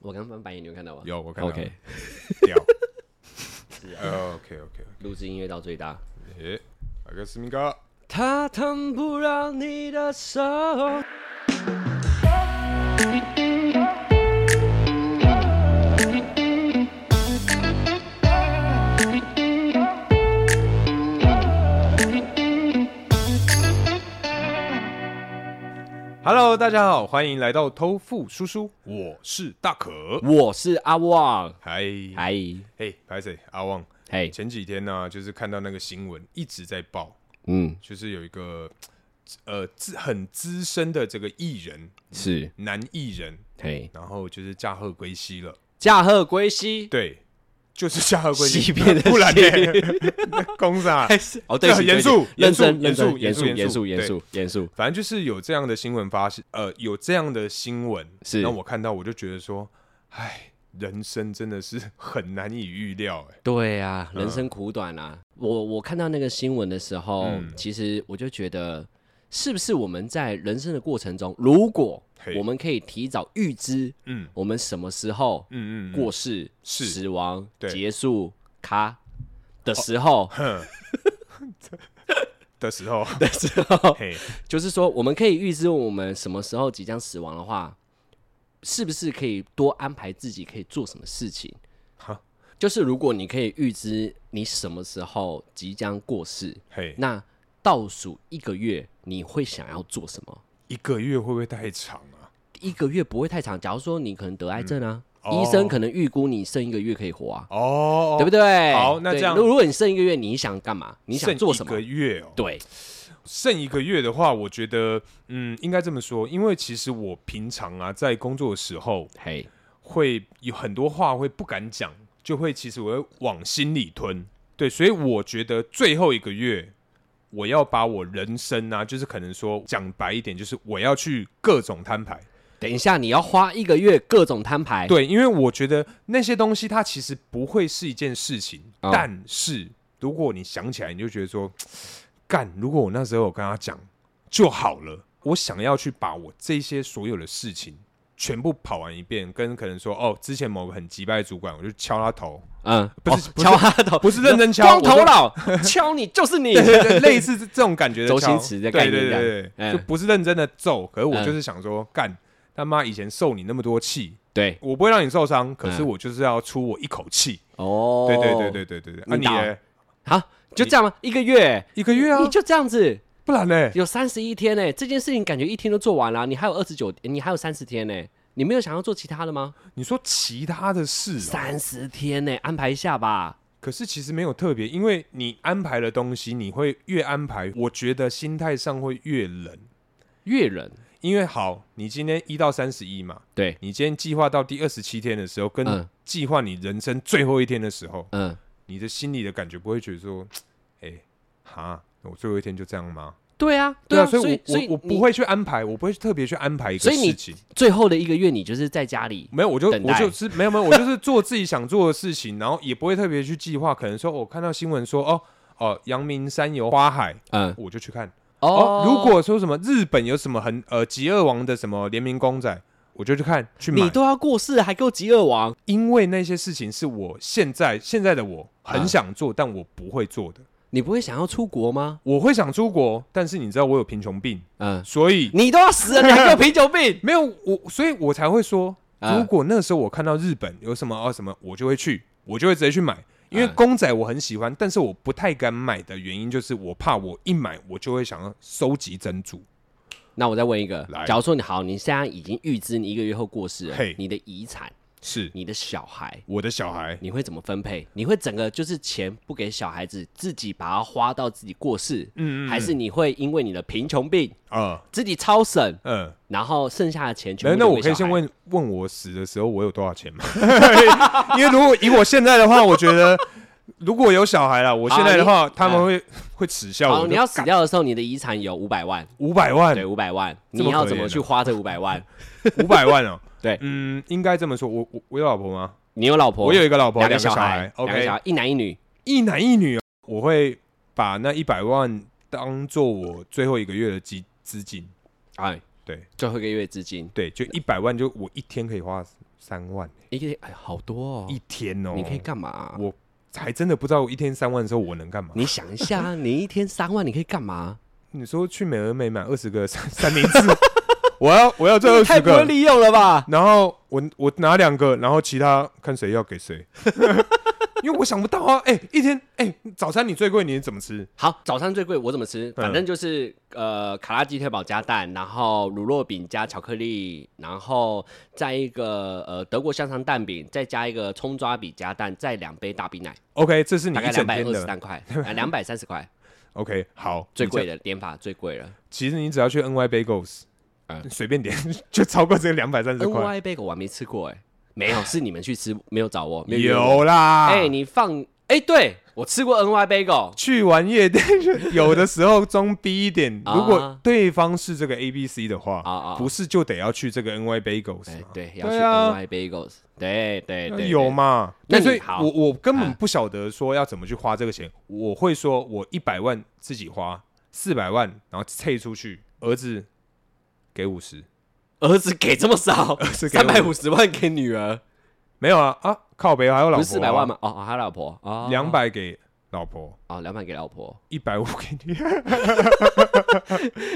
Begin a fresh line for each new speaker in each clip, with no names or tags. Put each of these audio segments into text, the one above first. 我刚翻白眼，你有看到吗？
有我看到了
OK，
屌。 呃 OK OK，
录制音乐到最大。
诶，阿哥斯明哥，
他烫不了你的手。
Hello，大家好，欢迎来到偷富叔叔，我是大可。
我是阿旺，
嗨，
嗨，
嘿，拍谁？阿旺，
嘿，
前几天呢、就是看到那个新闻一直在报，
嗯，
就是有一个呃资很资深的这个艺人，
是，
男艺人，
嘿，
然后就是驾鹤归西了。
驾鹤归西。
对，就是驾鹤归
西
西，
边的
不然
西
呢？ 公啥？
哦，对不起，
这
对不起
很严
认
肃
真，
严
认
肃
真，
严
严肃，
肃
严肃，
严
严
肃
肃，严肃。
反正就是有这样的新闻发生，呃，有这样的新闻，
是
那我看到我就觉得说，唉，人生真的是 很难以预料、哎，
对啊，人生苦短啊。我我看到那个新闻的时候，
嗯
其实我就觉得，是不是我们在人生的过程中，如果
嘿
我们可以提早预知
嗯
我们什么时候
嗯嗯，
过世、
是
死亡、
对哦
结束、咔的时候
的时候，
的时候，
嘿，
就是说我们可以预知我们什么时候即将死亡的话，是不是可以多安排自己可以做什么事情
哈？
就是如果你可以预知你什么时候即将过世，
嘿，
那倒数一个月你会想要做什么？
一个月会不会太长啊？
一个月不会太长。假如说你可能得癌症啊，
嗯哦
医生可能预估你剩一个月可以活啊，
哦，
对不
对？
对？
好那
对
这样
如如果你剩一个月，你想干嘛？你想做什
剩
么
一个？月哦，
对，
剩一个月的话，我觉得，嗯，应该这么说，因为其实我平常啊，在工作的时候，
嘿，
会有很多话会不敢讲，就会其实我会往心里吞。对，所以我觉得最后一个月，我要把我人生啊，就是可能说讲白一点，就是我要去各种摊牌。
等一下你要花一个月各种摊牌，
对，因为我觉得那些东西它其实不会是一件事情，
哦
但是如果你想起来，你就觉得说，干，如果我那时候有跟他讲就好了，我想要去把我这些所有的事情全部跑完一遍，跟可能说，哦，之前某个很急败的主管，我就敲他头，
嗯，
不是
哦
不是
敲他的头，
不是认真敲，
光
我
头
说
佬敲你就是你，
对对对类似这种感觉的
周星
敲
驰的
对
概念
对
这样
对对，
嗯
就不是认真的揍，可是我
嗯
就是想说，干他妈以前受你那么多气，
对，
我不会让你受伤，可是
嗯
我就是要出我一口气。
哦，
对对对，对对对对，
你
啊你
打
嘞
好，就这样吗？一个月，
一个月啊
你，就这样子，
不然嘞，
有三十一天呢，这件事情感觉一天都做完了，你还有二十九，欸你还有三十天呢，你没有想要做其他的吗？
你说其他的事哦，
三十天呢，安排一下吧。
可是其实没有特别，因为你安排的东西，你会越安排，我觉得心态上会越冷。
越人，
因为好，你今天一到三十一嘛，
对，
你今天计划到第二十七天的时候，跟
嗯
计划你人生最后一天的时候，
嗯，
你的心里的感觉不会觉得说，哎，哈，我最后一天就这样吗？
对啊，
啊，
啊，
所
所
以我
所以
我我不
你
会去安排，我不会特别去安排一个
所以你
事情。
最后的一个月，你就是在家里，
没有，我就
等
我
待
就是没有没有，我就是做自己想做的事情，然后也不会特别去计划。可能说我看到新闻说哦哦，阳明山有花海，
嗯，
我就去看。哦
哦，，
如果说什么日本有什么很呃极恶王的什么联名公仔，我就去看去
你
买。
都要过世了，还给我极恶王，
因为那些事情是我现在现在的我很
啊
想做，但我不会做的。
你不会想要出国吗？
我会想出国，但是你知道我有贫穷病，
嗯，
所以
你都要死了，你还给我贫穷病
没有我，所以我才会说，
啊
如果那时候我看到日本有什么哦什么，我就会去，我就会直接去买，因为
啊
公仔我很喜欢，但是我不太敢买的原因就是我怕我一买我就会想要收集珍珠。
那我再问一个
来，
假如说你好，你现在已经预知你一个月后过世了
嘿，
你的遗产、
是
你的小孩，
我的小孩，
你会怎么分配？你会整个就是钱不给小孩子，自己把它花到自己过世，
嗯嗯嗯
还是你会因为你的贫穷病
啊，
自己超省，
嗯，
然后剩下的钱全
那
部
那
都
我
给
可以
小
先
孩
问问我死的时候我有多少钱吗？ 因为如果以我现在的话，我觉得如果有小孩了，我现在的话，他们会会耻笑
啊好，
我。
你要死掉的时候，你的遗产有五百万，
五百万
对，，五百万，
这么
你要
可
怎么
怜
去
啊
花这五百 万？
五百万哦。
对
嗯，应该这么说。我我我有老婆吗？
你有老婆，
我有一个老婆，
两
个
个
小
小孩，两个小
，OK，
孩，一男一女。
一男一女哦，我会把那一百万当做我最后一个月的基资金。
哎，
对
最后一个月资金，
对，就一百万，就我一天可以花三万、
一个哎好多哦，
一天哦。
你可以干嘛啊、
我还真的不知道我一天三万的时候我能干嘛。
你想一下，你一天三万，你可以干嘛？
你说去美而美买二十个三 三 明治，我要我要这 二
太
十
不会
个，
利用了吧？
然后我我拿两个，然后其他看谁要 给谁，因为我想不到啊，哎、一天哎、早餐你最贵，你怎么吃？
好，早餐最贵我怎么
嗯
吃？反正就是、呃，卡拉鸡腿堡加蛋，然后乳酪饼加巧克力，然后再一个呃德国香肠蛋饼，再加一个葱抓饼加蛋，再两杯大冰奶，
OK，这是你
大概
一
两
整
百
天
二十
的。
三 块，啊两百三十块
OK，好，
最贵
你这样。
的点法最贵了。
其实你只要去 NY Bagels，
嗯
随、便点 就超过这个两百三十
N
块。
Y b a 我还没吃过哎、没有，是你们去吃没有找我，没约我
有啦，
哎、你放哎、对我吃过 N Y Bagel，
去玩夜店， 有的时候装逼一点。
啊
如果对方是这个 A B C 的话，
啊啊
不是就得要去这个 N Y Bagels
哎、
吗？
对，要去
对啊
N Y Bagels，对对
那
对，
有嘛？
那
对
你
所以
好
我我根本
啊
不晓得说要怎么去花这个钱。我会说，我一百万自己花，四百万然后退出去，儿子给五十，
儿子给这么少，
子给
三百五十万给女儿，
没有啊啊，靠北还有老
不
婆
是四百万吗？哦，哦还有老婆哦，
两百给老 婆，
哦，两百给老婆。
一百五给你。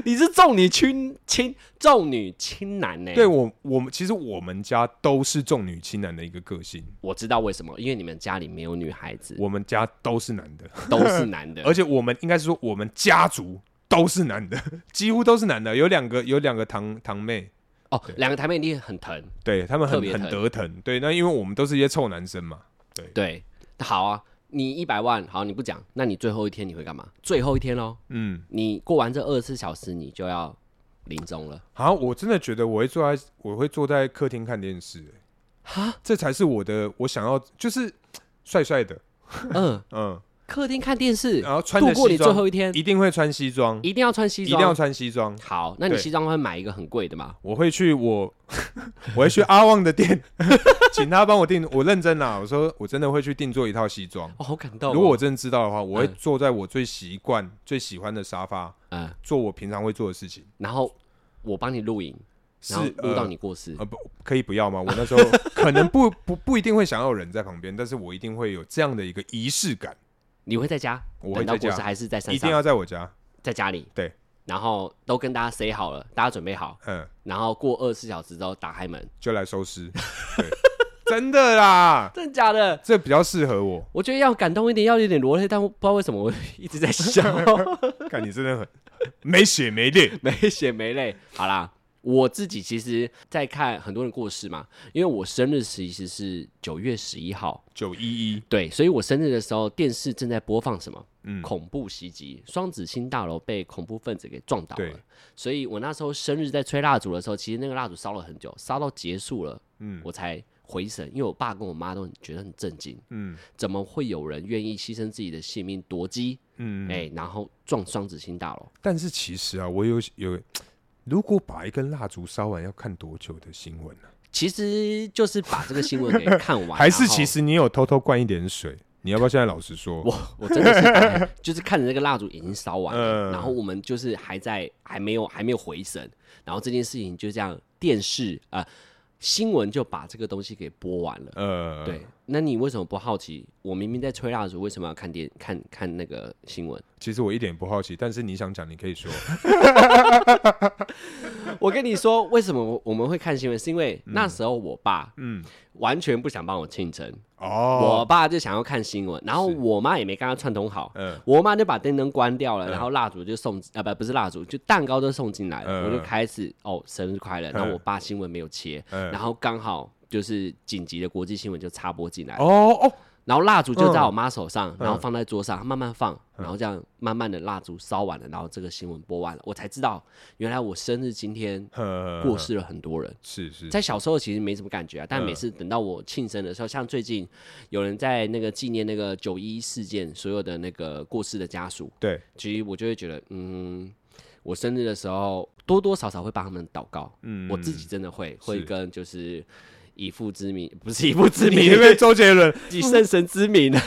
你是重女轻轻重女轻男哎呢？
对，我我们其实我们家都是重女轻男的一个个性，
我知道为什么，因为你们家里没有女孩子，
我们家都是男的。
都是男的。
而且我们应该是说我们家族都是男的， 几乎都是男的，有两个有两个堂堂妹，
哦，两个台妹一定很疼。
对他们
特
很
别
很
疼
得疼，对，那因为我们都是一些臭男生嘛，
对，好啊，你一百万，好，你不讲，那你最后一天你会干嘛？最后一天喽，
嗯，
你过完这二十四小时，你就要临终了。
好，我真的觉得我会坐在我会坐在客厅看电视、欸
哈，
这才是我的我想要就是帅帅的，
嗯，
嗯，
客厅看电视，
然后哦穿
度
着
过你
西
最
装，
后一天，
一定会穿西装，
一定要穿西
一
装，
定要穿西装，
好，那你
对
西装会买一个很贵的吗？
我会去我 我会去阿旺的店， 请他帮我订，我认真啦，我说我真的会去定做一套西装。
哦，好感动哦、
如果我真的知道的话，我会
嗯
坐在我最习惯、最喜欢的沙发，
嗯，
做我平常会做的事情。
然后我帮你录影，
是
然后录到
呃
你过世，
呃不，可以不要吗？我那时候 可能不不不一定会想要有人在旁边，但是我一定会有这样的一个仪式感，
你会在家，
我
等
会
到
在
过
家
世还是在山
一定
上，
要在我家。
在家里，
对，
然后都跟大家 say 好了，大家准备好，
嗯，
然后过二十四小时之后打开门，
就来收尸。 对，真的啦，
真的假的？
这比较适合我。
我觉得要感动一点，要有点落泪，但我不知道为什么我一直在 笑，
看你真的很没血没泪。
没血没泪。好啦，我自己其实，在看很多人过世嘛，因为我生日其实是九月十一号，
九一一，
对，所以我生日的时候，电视正在播放什么？
嗯
恐怖袭击，双子星大楼被恐怖分子给撞倒
对
了。所以我那时候生日在吹蜡烛的时候，其实那个蜡烛烧了很久，烧到结束了，
嗯
我才回神，因为我爸跟我妈都很觉得很震惊，
嗯
怎么会有人愿意牺牲自己的性命夺机？哎、
嗯，
然后撞双子星大楼？
但是其实啊，我有有，如果把一根蜡烛烧完，要看多久的新闻？啊
其实就是把这个新闻给看完，
还是
然后
其实你有偷偷灌一点水？你要不要现在老实 说？
我我真的是把就是看着那个蜡烛已经烧完了，
嗯
然后我们就是还在还没有还没有回神，然后这件事情就这样电视啊、呃新闻就把这个东西给播完了。
呃，
对，，那你为什么不好奇？我明明在吹蜡烛，为什么要看电看看那个新闻？
其实我一点也不好奇，但是你想讲，你可以说。
我跟你说，为什么我我们会看新闻？是因为那时候我爸
嗯，
完全不想帮我庆生， 我
哦，
爸就想要看新闻，然后我妈也没跟他串通好，
嗯
我妈就把电灯关掉了，然后蜡烛就送啊不不是蜡烛，就蛋糕都送进来了，
嗯
我就开始哦生日快乐，然后
嗯
我爸新闻没有切，
嗯
然后刚好就是紧急的国际新闻就插播进来，
哦嗯哦，
然后蜡烛就在我妈手上，然后放在桌上慢慢放，
嗯
然后这样慢慢的蜡烛烧完了，然后这个新闻播完了，我才知道原来我生日今天
呃，
过世了很多人。
是是，嗯
在小时候其实没什么感觉啊，但每次等到我庆生的时候，像最近有人在那个纪念那个九一事件所有的那个过世的家属，
对，
其实我就会觉得，嗯，我生日的时候多多少少会帮他们祷告，
嗯
我自己真的会会跟就是以父之名， 不是以父之
你
名
因，为周杰伦，
以圣神之名。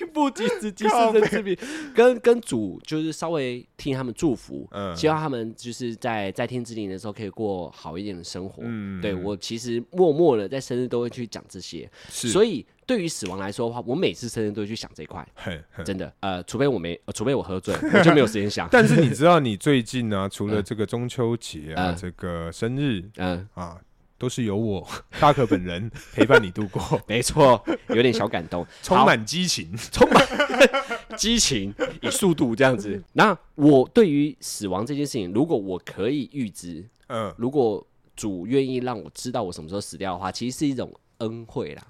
一部橘子鸡是政治饼，跟跟主就是稍微听他们祝福，
嗯
希望他们就是在在天之灵的时候可以过好一点的生活。
嗯
对我其实默默的在生日都会去讲这些，
是
所
以
以对于死亡来说的话，我每次生日都会去想这一块，
很很。
真的。呃，除非我没，呃除非我喝醉，我就没有时间想
嗯 。但是你知道，你最近 呢、除了这个中秋节啊，
嗯
这个生日
嗯、
啊，都是由我 大可本人陪伴你 度过，
没错，有点小感 动，
充
好
满激情。
充满 激情与速度这样子。那我对于死亡这件事情，如果我可以预知，
嗯，
如果主愿意让我知道我什么时候死掉的话，其实是一种恩惠啦。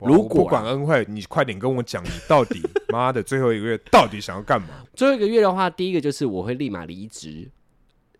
哇
如
我
果
不管恩惠，你快点跟我讲，你到 底妈的最后一个月到底想要干嘛？
最后一个月的话，第一个就是我会立马离职，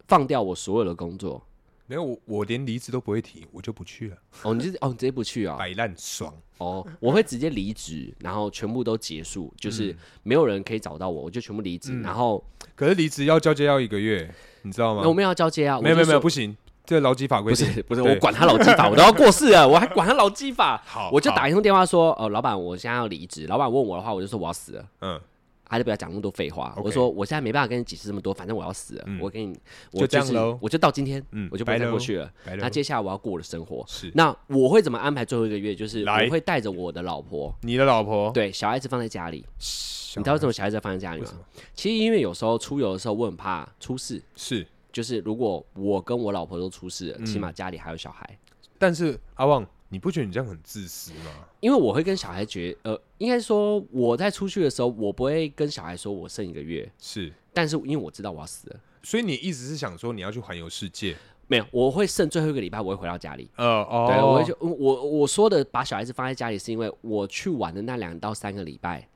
放掉我所有的工作。
然后我我连离职都不会提，我就不去了，
哦，你就是哦，你直接不去哦。
摆烂爽。
哦，我会直接离职，然后全部都结束，就是
嗯
没有人可以找到我，我就全部离职。然后
可是离职要交接要一个月，你知道
那我
吗？
们要交接啊，
没有没
我
有
就
没有，
说
不行，这劳基法规
不
定
是不是，
对
我管他老基法，我都要过世了，我还管他老基法。
好
我就
好
打一通电话说，哦，老板，我现在要离职。老板问我的话，我就说我要死了。
嗯，
他就不要讲那么多废话。
OK
我说我现在没办法跟你解释这么多，反正我要死了，
嗯
我给你，我
就这样
是
咯
我就到今天，
嗯
我就不会
拜
再
咯
过去了。
白
那
了。
接下来我要过我的生活。
是
那我会怎么安排最后一个月？就是
来
我会带着我的老婆，
你的老婆，
对小孩子放在家里。
小
你知道为什么小孩子放在家里吗？其实因为有时候出游的时候，我很怕出事。
是，
就是如果我跟我老婆都出
嗯
事了，起码家里还有小孩。
但是阿旺，你不觉得你这样很自私吗？
因为我会跟小孩觉，呃，应该说我在出去的时候，我不会跟小孩说我剩一个月，
是，
但是因为我知道我要死了，
所以你一直是想说你要去环游世界？
没有，我会剩最后一个礼拜，我会回到家里。
呃哦
对，我会就我我说的把小孩子放在家里，是因为我去玩的那两到三个礼拜，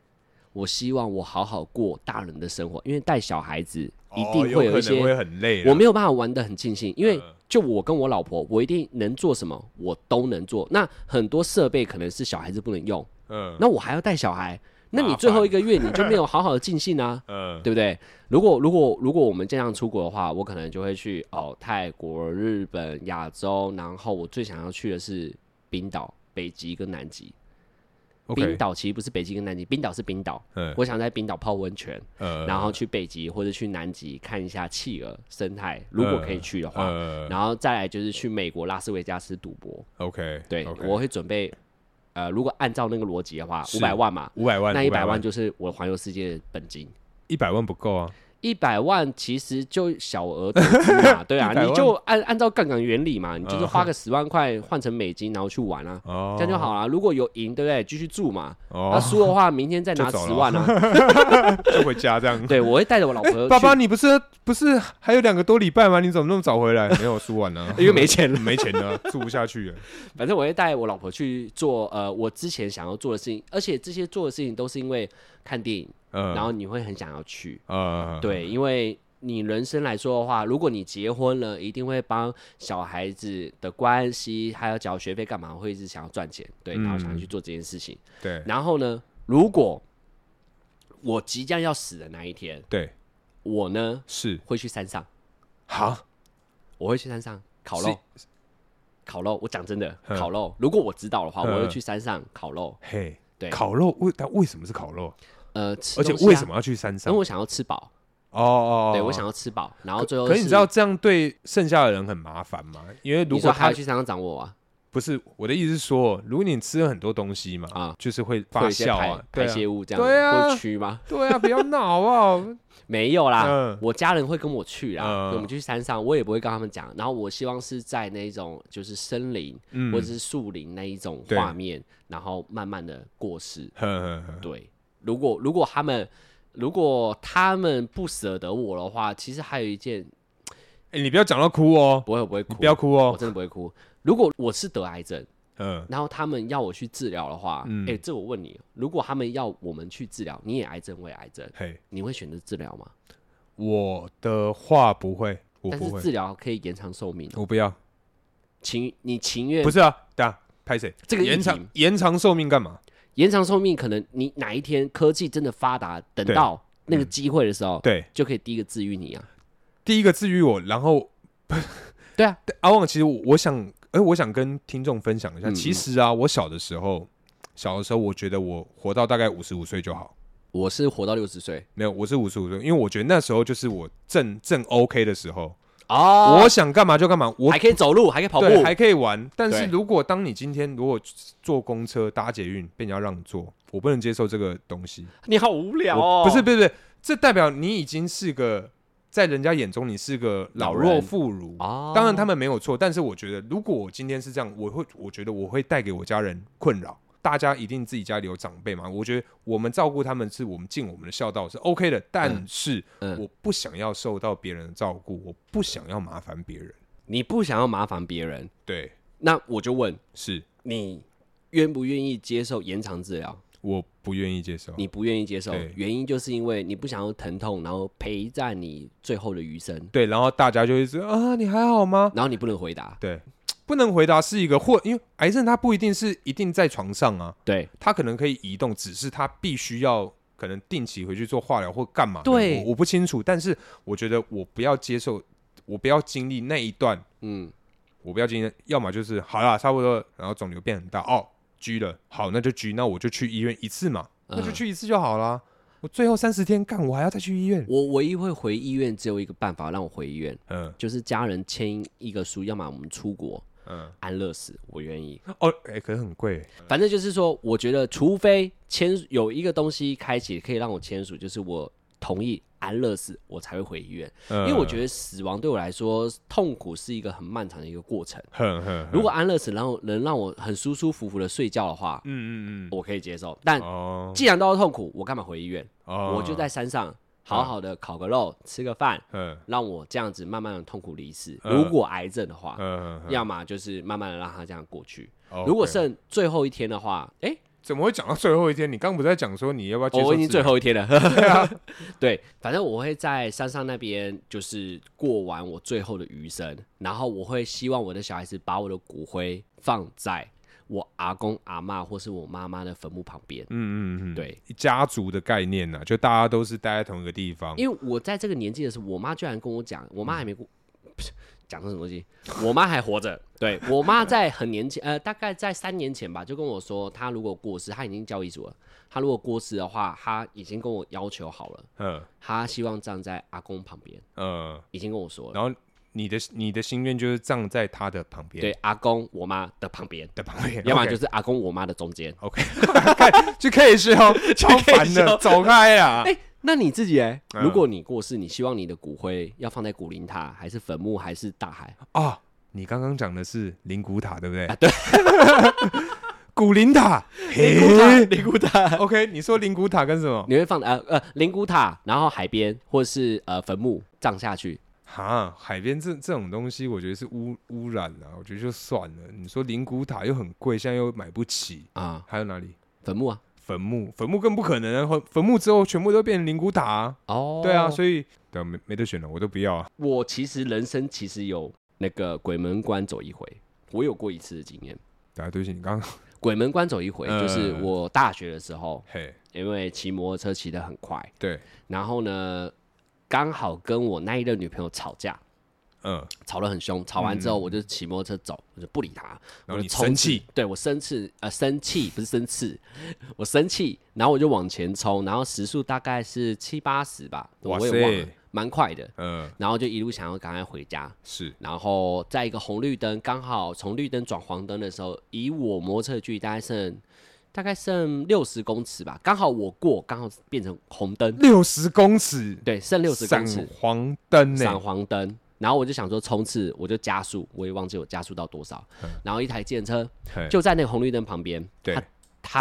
我希望我好好过大人的生活，因为带小孩子一定
哦
会
有
有一
可能
些
会很累啦。
我没有办法玩的很尽兴，因为
嗯
就我跟我老婆，我一定能做什么我都能做。那很多设备可能是小孩子不能用，
嗯
那我还要带小孩，那你
麻
最后
烦。
一个月你就没有好好的尽兴啊
嗯
对不对？如果如果如果我们这样出国的话，我可能就会去哦泰国、日本、亚洲，然后我最想要去的是冰岛、北极跟南极。冰
，OK，
岛其实不是北极跟南极，冰岛是冰岛。
嗯
我想在冰岛泡温泉，
呃
然后去北极或者去南极看一下企鹅生态，如果可以去的话。
呃
然后再来就是去美国拉斯维加斯赌博，
，OK，
对
OK，
我会准备，呃，如果按照那个逻辑的话，
是
五百万嘛，
五百万，
那一百
500
万
万，
就是我环游世界的本金。
一百万不够啊。
一百万其实就小额投资嘛，对啊，
100万
你就按按照杠杆原理嘛，你就是
嗯
花个十万块换成美金，然后去玩啊，
哦，
这样就好啊。如果有赢，对不对？继续住嘛。那
哦，
输的话，明天再拿
就走
十
了
万啊。
就回家 这样。
对，我会带着我老 婆
爸爸，
去，
你不是不是还有两个多礼拜吗？你怎么那么早回 来？没有输完了，
因为没钱了。
没钱了，住不 下去了。
反正我会带我老婆去做呃我之前想要做的事情，而且这些做的事情都是因为看电影，
嗯，
然后你会很想要去。
呃，
对，因为你人生来说的话，如果你结婚了，一定会帮小孩子的关系，还有缴学费干嘛，会一直想要赚钱，对，然后想要
嗯
去做这件事情。
对
然后呢，如果我即将要死的那一天，
对
我呢
是
会去山上，
好
我会去山上烤
是
肉。烤肉，我讲真的，
嗯
烤肉。如果我知道的话，
嗯
我会去山上烤肉。
嘿，
对
烤肉为但为什么是烤肉？
呃，吃
而且
东西啊
为什？么要去山
因
上？
为
哦
我想要吃饱，
哦，
对我
哦
想。要吃饱，然后
可
最后
可是你知道这样对剩下的人很麻烦吗？因为
你
如
说
果
还要
他
去山上掌握啊？
不是我的意思是说，如果你吃了很多东西嘛，
啊
就是会
会
发
有一些
酵
排
啊，对
排
啊，
泄物这样，
对啊
会去吗？
对啊，不要闹啊好 不好？
没有啦，
嗯
我家人会跟我去啦，
嗯
对我们就去山上，我也不会跟他们讲。然后我希望是在那种就是森林、
嗯
或者是树林那一种
对
画面，然后慢慢的过世。
呵呵呵，
对，如果如果他们如果他们不舍得我的话，其实还有一件
哎，你不要讲到哭哦，
不会不会哭，
不要哭
我
哦，
真的不会哭。如果我是得癌症，
嗯，
然后他们要我去治疗的话，哎、
嗯
这我问你，如果他们要我们去治疗，你也癌症，我也癌症，
嘿，
你会选择治疗吗？
我的话不会，我
但
不
是
会，
治疗可以延长寿命哦，
我不要，
情你情愿
不是啊，对啊，拍谁？
这个议
延
题
长延长寿命干嘛？
延长寿命，可能你哪一天科技真的发达，等
对嗯
到那个机会的时候，
对，
就可以第一个治愈你啊。
第一个治愈我，然后
对啊，
阿旺，其实我我想，哎、我想跟听众分享一下，
嗯
其实啊，我小的时候，小的时候，我觉得我活到大概五十五岁就好。
我是活到六十岁
没有，我是五十五岁，因为我觉得那时候就是我正正 OK 的时候，
哦，
我想干嘛就干嘛，我
还可以走路，还可以跑步，
对还可以玩。但是
对
如果当你今天如果坐公车搭捷运被人家让座，我不能接受这个东西。
你好无聊哦
我。不是不是不是，这代表你已经是个在人家眼中你是个老
老
弱
人
妇孺。
哦，
当然他们没有错，但是我觉得如果我今天是这样，我会我觉得我会带给我家人困扰。大家一定自己家里有长辈嘛，我觉得我们照顾他们是我们尽我们的孝道是 OK 的，但是
嗯
我不想要受到别人的照顾，我不想要麻烦别人。
你不想要麻烦别人，
对，
那我就问
是
你，愿不愿意接受延长治疗？
我不愿意接受。
你不愿意接受
哦对，
原因就是因为你不想要疼痛，然后陪在你最后的余生，
对，然后大家就会说啊，你还好吗？
然后你不能回答。
对，不能回答是一个或因为癌症它不一定是一定在床上啊，
对，
它可能可以移动，只是它必须要可能定期回去做化疗或干嘛的。
对
我我不清楚，但是我觉得我不要接受，我不要经历那一段，
嗯，
我不要经历，要么就是好啦，差不多了，然后肿瘤变很大，哦，G 了，好，那就 G，那我就去医院一次嘛，
嗯
那就去一次就好啦。我最后三十天干，我还要再去医院？
我唯一会回医院只有一个办法让我回医院，
嗯
就是家人签一个书，要么我们出国
嗯，
安乐死，我愿意。
哦，哎、可是很贵，
反正就是说，我觉得除非签有一个东西开启可以让我签署，就是我同意安乐死，我才会回医院。
嗯
因为我觉得死亡对我来说，痛苦是一个很漫长的一个过程。
得，哼哼，
如果安乐死然后能让我很舒舒服服的睡觉的话，
嗯嗯
我可以接受。但
嗯，哦，
既然都要痛苦，我干嘛回医院？
哦
我就，在山上好好的烤个肉，吃个饭，
嗯
让我这样子慢慢的痛苦离世。
嗯
如果癌症的话，
嗯，
要么就是慢慢的让它这样过去。
嗯
如果
OK
剩最后一天的话，哎、
怎么会讲到最后一天？你刚不是在讲说你要不要接受治
哦
疗？
我已经最后一天了， 对，反正我会在山上那边就是过完我最后的余生，然后我会希望我的小孩子把我的骨灰放在我阿公阿嬷或是我妈妈的坟墓旁边，
嗯嗯嗯，
对，
家族的概念呐、就大家都是待在同一个地方。
因为我在这个年纪的时候，我妈居然跟我讲，我
嗯
妈还没过，不是讲的什么东西，我妈还活着。对我妈在很年前，呃，大概在三年前吧，就跟我说，她如果过世，她已经交易组了，她如果过世的话，她已经跟我要求好了，
嗯
她希望站在阿公旁边，
呃，
已经跟我说了，
然后你的你的心愿就是葬在他的旁边，
对，阿公我妈的旁边，
的旁 边，
要么就
OK
是阿公我妈的中 间。
OK，看就可以是哦， 超
就
烦
可以
的，
修
走开 啦。
哎、那你自己哎、
嗯
如果你过世，你希望你的骨灰要放在古灵塔，还是坟墓，还是大海？
哦，你刚刚讲的是灵骨塔，对不
啊
对？对， 古灵塔，
灵
灵
骨塔，灵骨塔。
OK，你说灵骨塔跟什么？
你会放呃呃灵骨塔，然后海边或是呃坟墓葬下去。
哈，海边这这种东西，我觉得是污污染啊，我觉得就算了。你说灵骨塔又很贵，现在又买不起，
啊，
还有哪里？
坟墓啊。
坟墓，坟墓更不可能啊！坟坟墓之后全部都变成灵骨塔、啊，
哦
对啊，所以对啊没没得选了，我都不要啊。
我其实人生其实有那个鬼门关走一回，我有过一次的经验。
啊，对不起，你刚刚
鬼门关走一回，
嗯
就是我大学的时候，
嘿，
因为骑摩托车骑得很快，
对，
然后呢，刚好跟我那一任女朋友吵架，
嗯，
吵得很凶。吵完之后，我就骑摩托车走，我就不理她。
然
我
后
就
你
冲
生
刺
气，
对我生气，呃，生气不是生气， 我生气，然后我就往前冲，然后时速大概是七八十吧，
哇
我也忘了
塞，
蛮快的。
嗯，
然后就一路想要赶快回家，
是，
然后在一个红绿灯，刚好从绿灯转黄灯的时候，以我摩托车的距离大概剩大概剩六十公尺吧，刚好我过，刚好变成红灯，
六十公尺，
对，剩六十公
闪
尺，
黄灯呢、
闪黄灯，然后我就想说冲刺，我就加速，我也忘记我加速到多少，然后一台电车
嘿
就在那个红绿灯旁边，
嗯哎对
他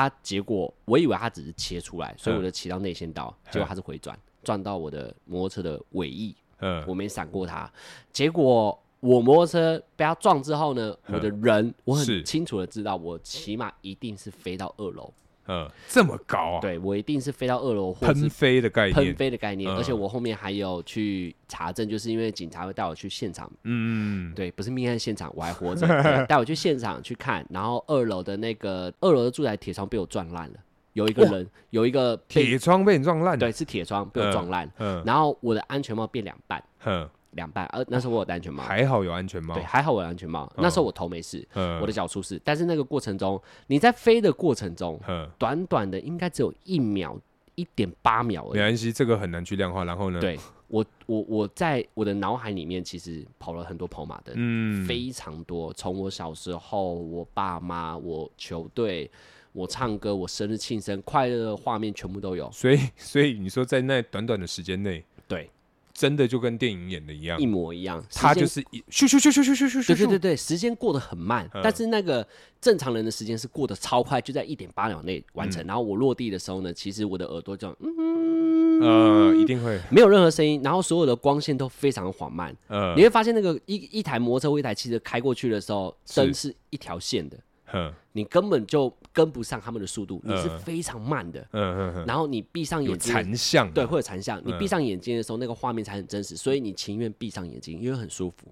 他结果我以为他只是切出来，所以我就骑到内线道，
嗯
结果他是回转，转到我的摩托车的尾翼，
嗯，
我没闪过他，结果。我摩托车被他撞之后呢，
嗯
我的人我
是
很清楚的知道，我起码一定是飞到二楼，
嗯，这么高啊，
对我一定是飞到二楼或者
喷
是
飞的概
喷
念，
飞的概念，
嗯
而且我后面还有去查证，就是因为警察会带我去现场
嗯，
对，不是命案现场，我还活着，对啊带我去现场去看，然后二楼的那个二楼的住宅铁窗被我撞烂了，有一个人有一个被
铁窗被你撞烂，
对是铁窗被我撞烂，
嗯，
然后我的安全帽变两半，
哼，
两半，呃，那时候我有戴安全帽，
还好有安全帽
对，，还好我有安全帽，那时候我头没事，
嗯
我的脚出事，但是那个过程中，你在飞的过程中，
嗯，
短短的应该只有一秒，一点八秒而已。
没关系，这个很难去量化。然后呢，，
对我，我我在我的脑海里面其实跑了很多跑马灯，
嗯，
非常多。从我小时候，我爸妈，我球队，我唱歌，我生日庆生，快乐的画面全部都有。
所以 所以你说在那短短的时间内，
对，
真的就跟电影演的一样
一，模一样。
他
时间
就是一咻咻咻咻咻咻咻咻，
对对对对，时间过得很慢，
嗯
但是那个正常人的时间是过得超快，就在一点八秒内完
嗯
成。然后我落地的时候呢，其实我的耳朵就嗯，
呃，一定会，
没有任何声音，然后所有的光线都非常缓慢。
呃
你，会发现，那个一一台摩托车或一台汽车开过去的时候，
是
灯是一条线的，
哼
你根本就跟不上他们的速度，你是
嗯
非常慢的。
嗯嗯嗯，
然后你闭上
有
眼睛的，
残像啊，
对，会有残像。你
嗯
闭上眼睛的时候，那个画面才很真实，所以你情愿闭上眼睛，因为很舒服。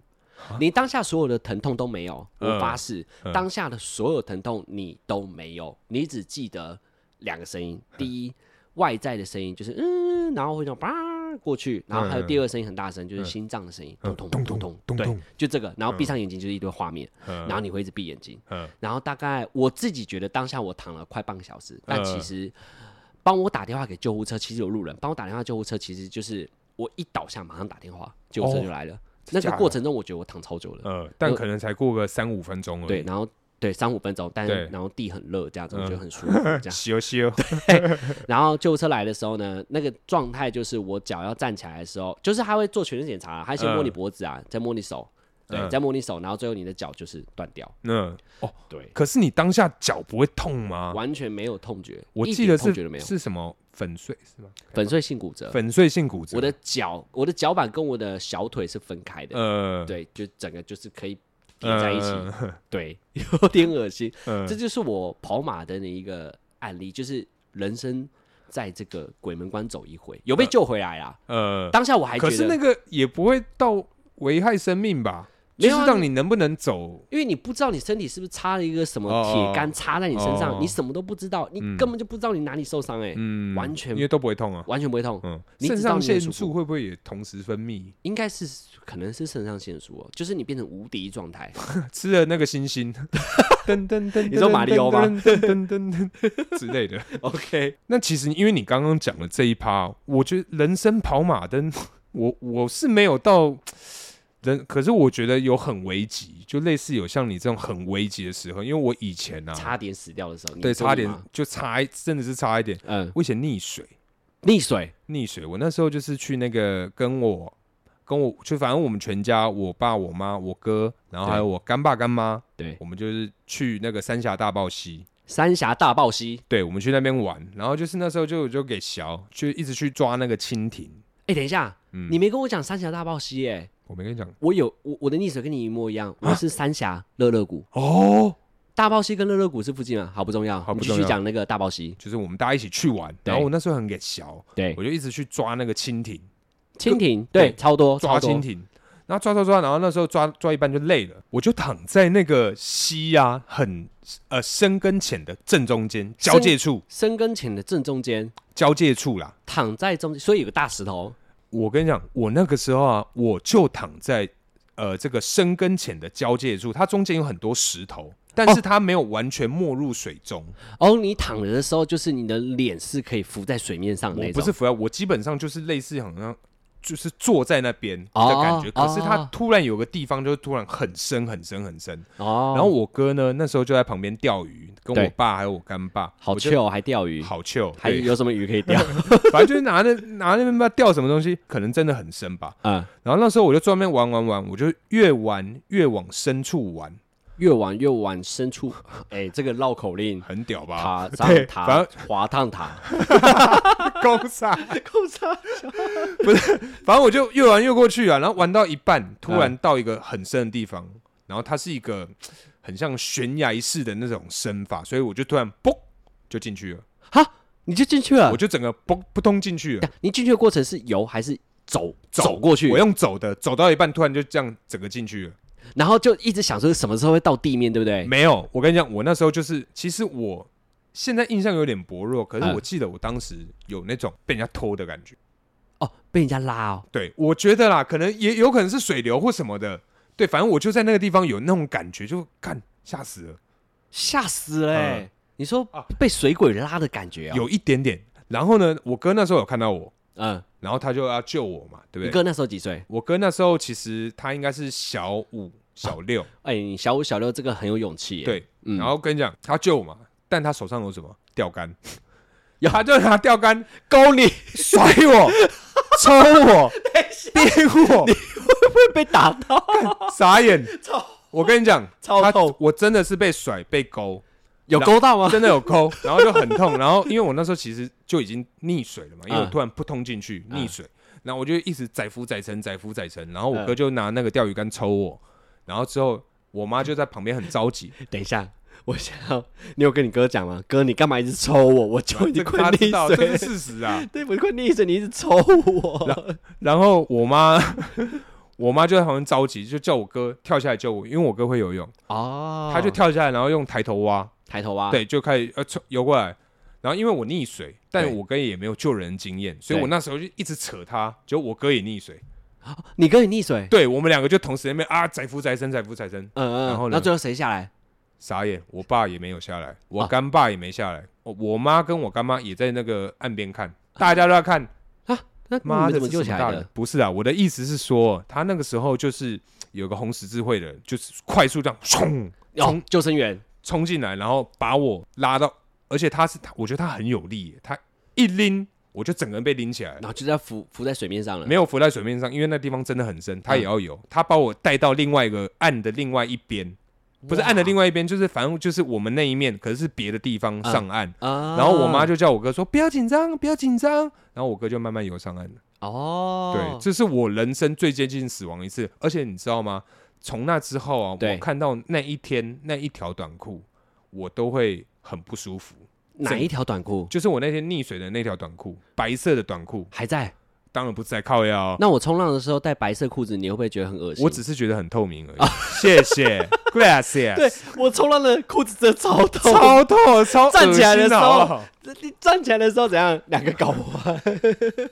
你当下所有的疼痛都没有，我
啊嗯
发誓，当下的所有疼痛你都没有，你只记得两个声音：
嗯
第一，外在的声音就是嗯，然后会这样叭过去，然后还有
嗯
第二声音很大声，就是心脏的声音，
嗯
咚咚
咚
咚
咚
咚
咚
对
咚，
就这个。然后闭上眼睛就是一堆画面，
嗯
然后你会一直闭眼睛，
嗯
然后大概我自己觉得当下我躺了快半个小时，但
嗯
其实帮我打电话给救护车，其实有路人帮我打电话救护车，其实就是我一倒下马上打电话，救护车
哦
就来了。那个
假的
过程中，我觉得我躺超久了，
呃，但可能才过个三五分钟而已，
对，然后对三五分钟，但
对嗯
是然后地很热，这样子我觉得很舒服，这样。
咻咻，
然后救护车来的时候呢，那个状态就是我脚要站起来的时候，就是他会做全身检查，他先摸你
嗯
脖子啊，再摸你手，对，
嗯
再摸你手，然后最后你的脚就是断掉，
嗯，哦，
对，
可是你当下脚不会痛吗？
完全没有痛觉，
我
一
记
点
得
痛觉都没
是
有，
是什么粉碎是吗？
粉碎性骨折，
粉碎性骨折，
我的脚，我的脚板跟我的小腿是分开的，
呃，
对，就整个就是可以叠在一起，
嗯
对， 有点恶心。
嗯
这就是我跑马灯的一个案例，就是人生在这个鬼门关走一回，有被救回来啦。
呃，
当下我还觉
嗯可
得，
是那个也不会到危害生命吧？
没
就
有啊
是让你能不能走，
因为你不知道你身体是不是插了一个什么
哦
铁杆插在你身上，
哦
你什么都不知道，你根本就不知道你哪里受伤、欸，哎、
嗯，
完全
因为都不会痛啊，
完全不会痛。
嗯，
你只
肾
知道
上
你很
腺
舒服
素会不会也同时分泌？
应该是可能是肾上腺素、哦，就是你变成无敌状 态，
吃了那个 星星，噔噔噔，
你说马里奥吗
噔噔噔噔噔之类的。
OK，
那其实因为你刚刚讲的这一趴，我觉得人生跑马灯，我我是没有到人，可是我觉得有很危急，就类似有像你这种很危急的时候，因为我以前啊，
差点死掉的时候，你
对，
说
差
你
点
吗
就差一，真的是差一点，
嗯
我以前溺水，
溺水，
溺水，我那时候就是去那个跟我。跟我就反正我们全家，我爸、我妈、我哥，然后还有我干爸干妈，
对，
我们就是去那个三峡大爆溪，
三峡大爆溪。
对，我们去那边玩，然后就是那时候就就给小就一直去抓那个蜻蜓，
哎、等一下，
嗯
你没跟我讲三峡大爆溪、欸，哎，
我没跟你讲
我有我我的溺水跟你一模一样，
啊
我是三峡乐乐谷，
哦，
大爆溪跟乐乐谷是附近啊，好不重要，
好不
你
重要
继续讲那个大爆溪。
就是我们大家一起去玩，
对
然后我那时候很给小，
对，
我就一直去抓那个蜻蜓，
蜻蜓，对，
对
超多，
抓
超多
蜻，蜓，然后抓抓抓，然后那时候抓抓一半就累了，我就躺在那个溪啊，很呃深跟浅的正中间交界处，
深跟浅的正中间，
交界处啦。
躺在中间，所以有个大石头，
我跟你讲，我那个时候啊，我就躺在呃这个深跟浅的交界处，它中间有很多石头，但是它没有完全没入水中。
哦，你躺着的时候，就是你的脸是可以浮在水面上的
我
那
不
种，
是浮在，我基本上就是类似好像就是坐在那边的
哦
感觉。可是它
哦
突然有个地方就是突然很深很深很深。
哦，
然后我哥呢，那时候就在旁边钓鱼，跟
对
我爸还有我干爸，
好
我就
臭，还钓鱼，
好秀，
还
对
有什么鱼可以钓？
反正就是拿那拿那边不知道钓什么东西，可能真的很深吧。
啊，
然后那时候我就专门玩玩玩，我就越玩越往深处玩，
越往越往深处，哎，这个绕口令，
很屌吧？
塔
对
上塔
反，
滑烫塔。
够傻，够傻， 不是，反正我就越玩越过去啊，然后玩到一半，突
嗯
然到一个很深的地方，然后它是一个很像悬崖式的那种深法，所以我就突然嘣就进去了，
哈，你就进去了
我。就整个嘣扑通进去了，
你进去的过程是游还是走过去
我？用走的，走到一半突然就这样整个进去了。
然后就一直想说什么时候会到地面，对不对？
没有，我跟你讲，我那时候就是，其实我现在印象有点薄弱，可是
嗯
我记得我当时有那种被人家偷的感觉。
哦，被人家拉哦，
对，我觉得啦，可能也有可能是水流或什么的。对，反正我就在那个地方有那种感觉，就干吓死了，
吓死了、欸！
嗯
你说
啊
被水鬼拉的感觉哦，
有一点点。然后呢，我哥那时候有看到我，
嗯，
然后他就要救我嘛，对
你
不对？
哥那时候几岁？
我哥那时候其实他应该是小五、小六，
哎、你小五小六这个很有勇气耶，
对。
嗯
然后跟你讲，他救我嘛，但他手上有什么钓竿，他就拿钓竿
勾 你
甩 我、抽我、电 我，
会被打 到，
傻眼。 我跟你讲，
超
他
痛
我真的是被甩、被勾，
有勾到吗？
真的有抠，然后就很痛。然后因为我那时候其实就已经溺水了嘛，因为我
嗯
突然扑通进去溺水，然后我就一直载浮载沉、载浮载沉。然后我
嗯
哥就拿那个钓鱼竿抽我，然后之后我妈就在旁边很 着急，
等一下，我想要，你有跟你哥讲吗？哥，你干嘛一直抽我？我就已经
这个
快
他知道
溺水
这
了
是，事实啊。
对，我就快溺水，你一直抽我，
然后我妈， 我妈就在旁边着急，就叫我哥跳下来救我，因为我哥会游泳，
哦，
他就跳下来，然后用抬头蛙，
抬头啊，，
对，就开始呃冲游过来。然后因为我溺水，但
对
我哥也没有救人经验，所以
对
我那时候就一直扯他，结果我哥也溺水。
你哥也溺水，
对我们两个就同时在那边啊，载浮载沉，载浮载沉，
嗯嗯，
然后呢
那最后谁下来？
傻眼。我爸也没有下来，我
啊
干爸也没下来，我我妈跟我干妈也在那个岸边看，大家都在看。
那你
妈
们嗯
的，
怎么
这
救
是
起
什么
来
大人
的？
不是啊，我的意思是说，他那个时候就是有个红十字会的人，就是快速这样冲
哦，救生员，
冲进来，然后把我拉到，而且他是他，我觉得他很有力耶，他一拎我就整个人被拎起来了
然。后就在浮浮在水面上了。
哎没有浮在水面上，因为那地方真的很深，
嗯
他也要游。他把我带到另外一个岸的另外一边，不是
哇
岸的另外一边，就是反正就是我们那一面，可是是别的地方上岸。
啊，
然后我妈就叫我哥说：“不要紧张，不要紧张。”然后我哥就慢慢游上岸了。
哦，
对，这是我人生最接近死亡一次，而且你知道吗？从那之后啊，
对
我看到那一天那一条短裤，我都会很不舒服。
哪一条短裤
就是我那天溺水的那条短裤，白色的短裤，
还在？
当然不是在靠腰哦，
那我冲浪的时候戴白色裤子，你会不会觉得很恶心？
我只是觉得很透明而已。谢谢，gracias。
对我冲浪的裤子真的超痛，
超透，超
站起来的
恶心
时候
好不好
你站起来的时候怎样？两个搞啊我，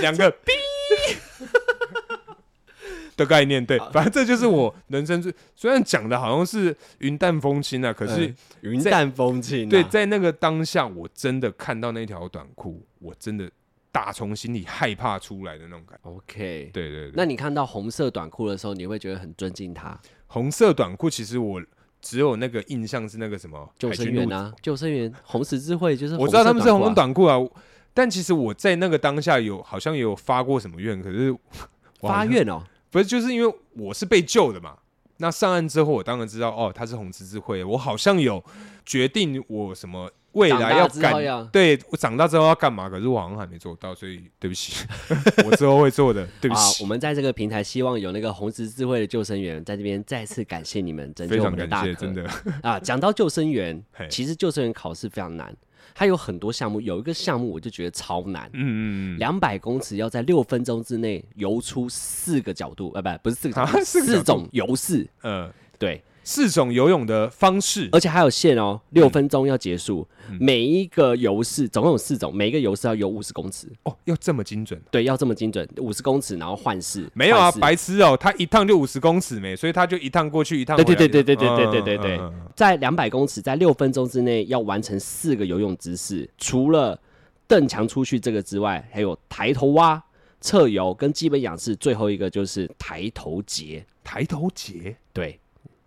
两个哔 的概念，对，反正这就是我人生最虽然讲的好像是云淡风轻啊，可是
嗯云淡风轻、啊。
对，在那个当下，我真的看到那条短裤，我真的大从心里害怕出来的那种感觉。
OK。
对对对，
那你看到红色短裤的时候，你会觉得很尊敬他？
红色短裤其实我只有那个印象是那个什么
救
海
生
军
员
陆
啊，救生员，红十字会就是、
我知道他们是红
短
短裤啊，但其实我在那个当下有好像有发过什么愿，可是
裤啊发愿哦。
不是就是因为我是被救的嘛。那上岸之后，我当然知道哦，他是红十字会，我好像有决定我什么未来
长大
要
之后
干，
要
对我长大之后要干嘛，可是我好像还没做到，所以对不起，我之后会做的，对不
啊，
起
我，们在这个平台希望有那个红十字会的救生员在这边再次感谢你们拯
非
救我
常
们的
感
大
谢，
可
真 的，
啊。讲到救生员
嘿，
其实救生员考试非常难，它有很多项目，有一个项目我就觉得超难，
嗯嗯嗯，
两百公尺要在六分钟之内游出四个角度，呃，不，不是四个角度，
啊四个角度
四种游式，
呃，
对，
四种游泳的方式，
而且还有限哦，
嗯
六分钟要结束，每一个游式总共有四种，每一个游式要游五十公尺，
哦，要这么精准。
对，要这么精准，五十公尺，然后换式，
没有啊
换，式
白痴哦、他一趟就五十公尺没，所以他就一趟过去一趟回
对
来。
对对对对对对对对对
嗯嗯嗯嗯
在两百公尺，在六分钟之内要完成四个游泳姿势，除了蹬墙出去这个之外，还有抬头蛙、侧游跟基本仰视，最后一个就是抬头节。
抬头节，
对，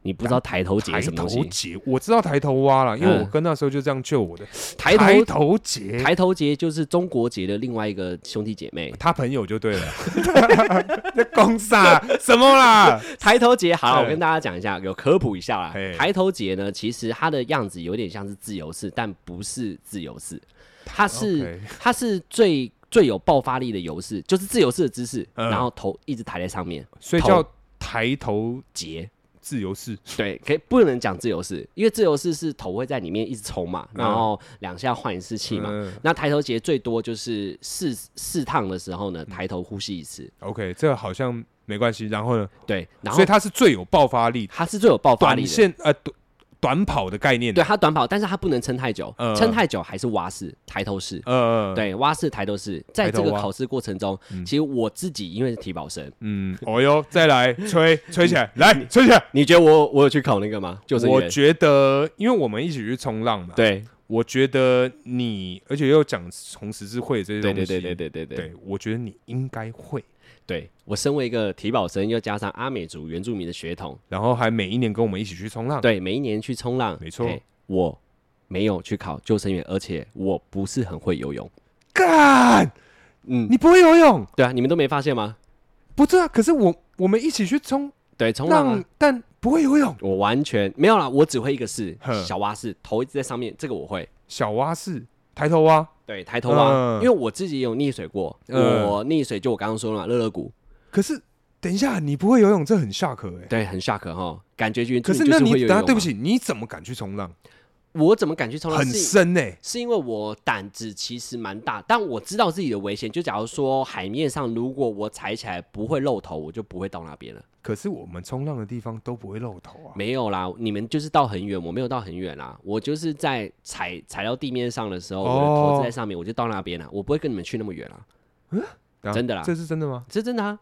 你不知道抬头节
抬
是什么
头
东西？
节，我知道抬头蛙了，因为
嗯
我哥那时候就这样救我的。
抬头
抬头节，
抬头节就是中国节的另外一个兄弟姐 妹。
他朋友就对了。在公啥什么啦？
抬头节，好了，
哎
我跟大家讲一下，有科普一下啦
哎。
抬头节呢，其实它的样子有点像是自由式，但不是自由式，它 是
OK
它是最最有爆发力的游式，就是自由式的姿势，
嗯
然后头一直抬在上面，
所以叫抬头
节。
自由式。
对，可以不能讲自由式，因为自由式是头会在里面一直冲嘛，然后两下换一次气嘛。
嗯
那抬头节最多就是四四趟的时候
嗯
呢，抬头呼吸一次。
，OK，这个好像没关系。然后呢？
对，然后
所以他是最有爆发力，
它是最有爆发力
短
的。
线呃短短跑的概念，
对，它短跑，但是它不能撑太久
呃，
撑、太久还是蛙式、抬头式。
呃，，
对，蛙式、抬头式，在
抬头
这个
蛙
考试过程中，其实我自己因为是体保生，
嗯，哦哟，再来吹吹起来，来吹起来。
你觉得我我有去考那个吗？救生
我
员？
觉得，因为我们一起去冲浪嘛，，
对
我觉得你，而且又讲红十字会这些
对
东西，
对对对对对对
对我觉得你应该会，
对，我身为一个体保生，又加上阿美族原住民的血统，
然后还每一年跟我们一起去冲浪，
对，每一年去冲浪，
没错
嘿我没有去考救生员，而且我不是很会游泳。
干，
嗯，
你不会游泳，
对啊，你们都没发现吗？
不对啊，可是我我们一起去冲
对，冲浪啊、
浪，但不会游泳，
我完全没有啦，我只会一个式
哼，
小蛙式，头一直在上面，这个我会。
小蛙式、抬头蛙，
对，抬头蛙，因
嗯
为我自己也有溺水过，
嗯
我溺水就我刚刚说了嘛，乐乐谷，
可是等一下，你不会游泳，这很下课哎。
对，很 shock 哈，感觉原住
可
民
是
就
那
会
你
游
等下
泳啊
对不
嘛，
起，你怎么敢去冲浪？
我怎么敢去冲浪？
很
是
深欸呢、
是因为我胆子其实蛮大，但我知道自己的危险。就假如说海面上，如果我踩起来不会露头，我就不会到那边了。
可是我们冲浪的地方都不会露头啊。
没有啦，你们就是到很远，我没有到很远啦，我就是在踩踩到地面上的时候，我的头
哦
是在上面，我就到那边了，我不会跟你们去那么远啦。
等下
真的啦
啊这是真的吗？
这真的啊，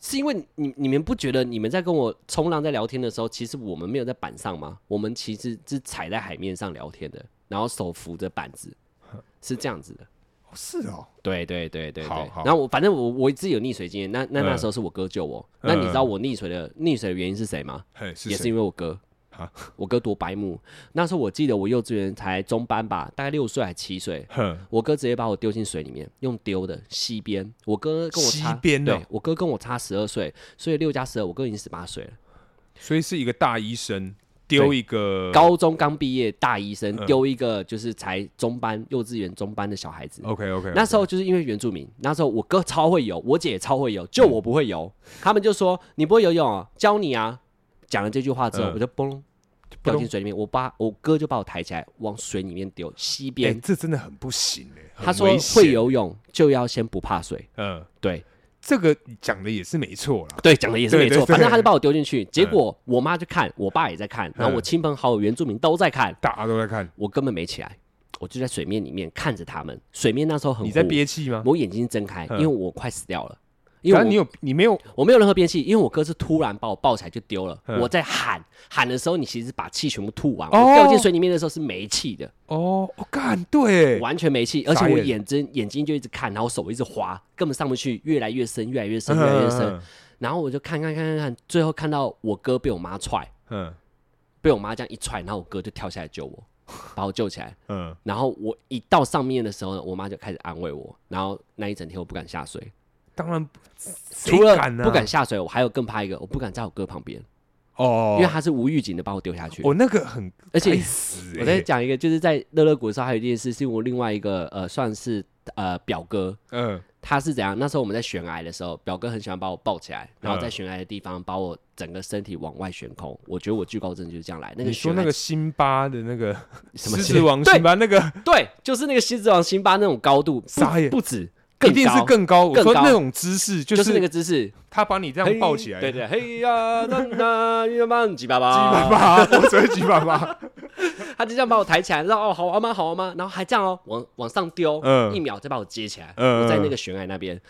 是因为你你你们不觉得你们在跟我冲浪在聊天的时候，其实我们没有在板上吗？我们其实是踩在海面上聊天的，然后手扶着板子，是这样子的。
哦是哦，
对对对对
好
对
好，
然后我反正我我自己有溺水经验，那那
嗯
那时候是我哥救我。
嗯
那你知道我溺水的溺水的原因是谁吗？
嘿，是
也是
谁？
因为我哥
啊。
我哥多白目，那时候我记得我幼稚园才中班吧，大概六岁还七岁，
哼，
我哥直接把我丢进水里面，用丢的溪边。我哥跟我差
溪边哦
对我哥跟我差十二岁，所以六加十二，我哥已经十八岁了。
所以是一个大医生丢一个
高中刚毕业大医生
嗯
丢一个就是才中班、幼稚园中班的小孩子。
OK OK，
那时候就是因为原住民，那时候我哥超会游，我姐也超会游，
嗯
就我不会游。他们就说你不会游泳啊，教你啊。讲了这句话之后，
嗯
我就嘣掉进水里面，我爸我哥就把我抬起来往水里面丢，溪
哎、
边。
这真的很不行哎、很
他说
危
会
险，
游泳就要先不怕水，
嗯，
对。
这个讲的也是没错啦。
对，讲的也是
对
没
对
错。
对
反正他就把我丢进去，结果我妈就看，我爸也在看，然后
嗯
我亲朋好友、原住民都在看，
大家都在看，
我根本没起来，我就在水面里面看着他们。水面那时候很
你在
糊，
憋气吗？
我眼睛睁开，因
嗯
为我快死掉了。因
然后你
为
有你没有
我我没有任何憋气，因为我哥是突然把我抱起来就丢了。
嗯
我在喊喊的时候，你其实把气全部吐完。
哦
我掉进水里面的时候是没气的，
哦？我、干对，
完全没气，而且
傻
我
眼
眼睛眼睛就一直看，然后手一直滑，根本上不去，越来越深，越来越深，越来越深。
嗯
然后我就看看看看看，最后看到我哥被我妈踹，
嗯
被我妈这样一踹，然后我哥就跳下来救 我，把我救起来。
嗯，
然后我一到上面的时候呢，我妈就开始安慰我。然后那一整天我不敢下水，
当然，
除了
谁敢啊
不敢下水，我还有更怕一个，我不敢在我哥旁边，
哦，
因为他是无预警的把我丢下去。
我那个很
而且
该死、欸，
我再讲一个，就是在乐乐谷的时候，还有一件事是我另外一个呃，算是呃表哥，
嗯
他是怎样？那时候我们在悬崖的时候，表哥很喜欢把我抱起来，然后
嗯
在悬崖的地方把我整个身体往外悬空。我觉得我惧高症就是这样来。那
你
个
说
悬
那
崖
个辛巴的那个
什么
狮
仙
子王
对
辛巴那个
对，就是那个狮子王辛巴那种高度，不
傻眼
不止，
一
更
定是
高
更高。我
更
说
高
那种姿势就
就是那
是
个姿势，
他把你这样抱起来，
嘿
鸡
对对，嘿呀，那那一万几八
巴
八，
巴，我只会鸡巴巴。
他就这样把我抬起来，然后哦，好玩吗？好玩吗？然后还这样哦，往往上丢，
嗯
一秒再把我接起来，
嗯
我在那个悬崖那边。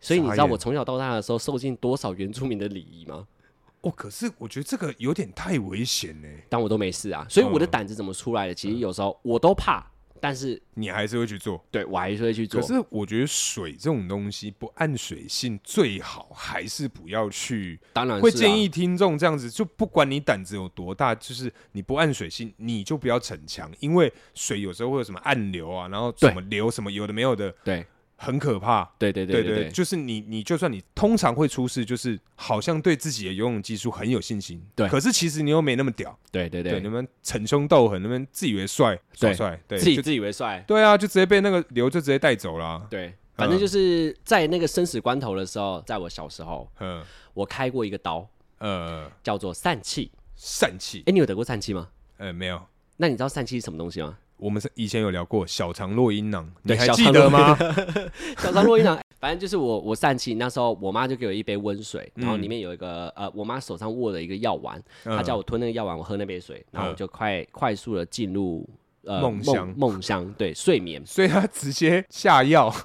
所以你知道
傻眼
我从小到大的时候受尽多少原住民的礼仪吗？
哦，可是我觉得这个有点太危险呢，欸
但我都没事啊，所以我的
嗯
胆子怎么出来的？其实有时候我都怕，但是
你还是会去做。
对我还是会去做
可。是我觉得水这种东西不按水性最好，还是不要去。
当然是啊
会建议听众这样子，就不管你胆子有多大，就是你不按水性，你就不要逞强，因为水有时候会有什么暗流啊，然后什么流什么有的没有的，
对
很可怕。
对对
对
对对
就是你，你就算你通常会出事，就是好像对自己的游泳技术很有信心，
对
可是其实你又没那么屌，
对对
对，你们逞凶斗狠，你们自以为帅，耍
对
帅，对，
自己
就
自以为帅，
对啊，就直接被那个流就直接带走了啊、
对，反正就是在那个生死关头的时候，在我小时候，
嗯
我开过一个刀，
呃，
叫做疝气。
疝气，
哎，你有得过疝气吗？
呃，没有，
那你知道疝气是什么东西吗？
我们是以前有聊过小肠络阴囊，你
对
还
小
记
肠
得
络
吗？
小张洛伊呢？啊反正就是我我散气那时候，我妈就给我一杯温水，然后里面有一个、呃，我妈手上握了一个药丸，她叫我吞那个药丸，我喝那杯水，然后我就快、快速的进入。呃，
梦乡
嗯梦梦乡，对睡眠，
所以他直接下药，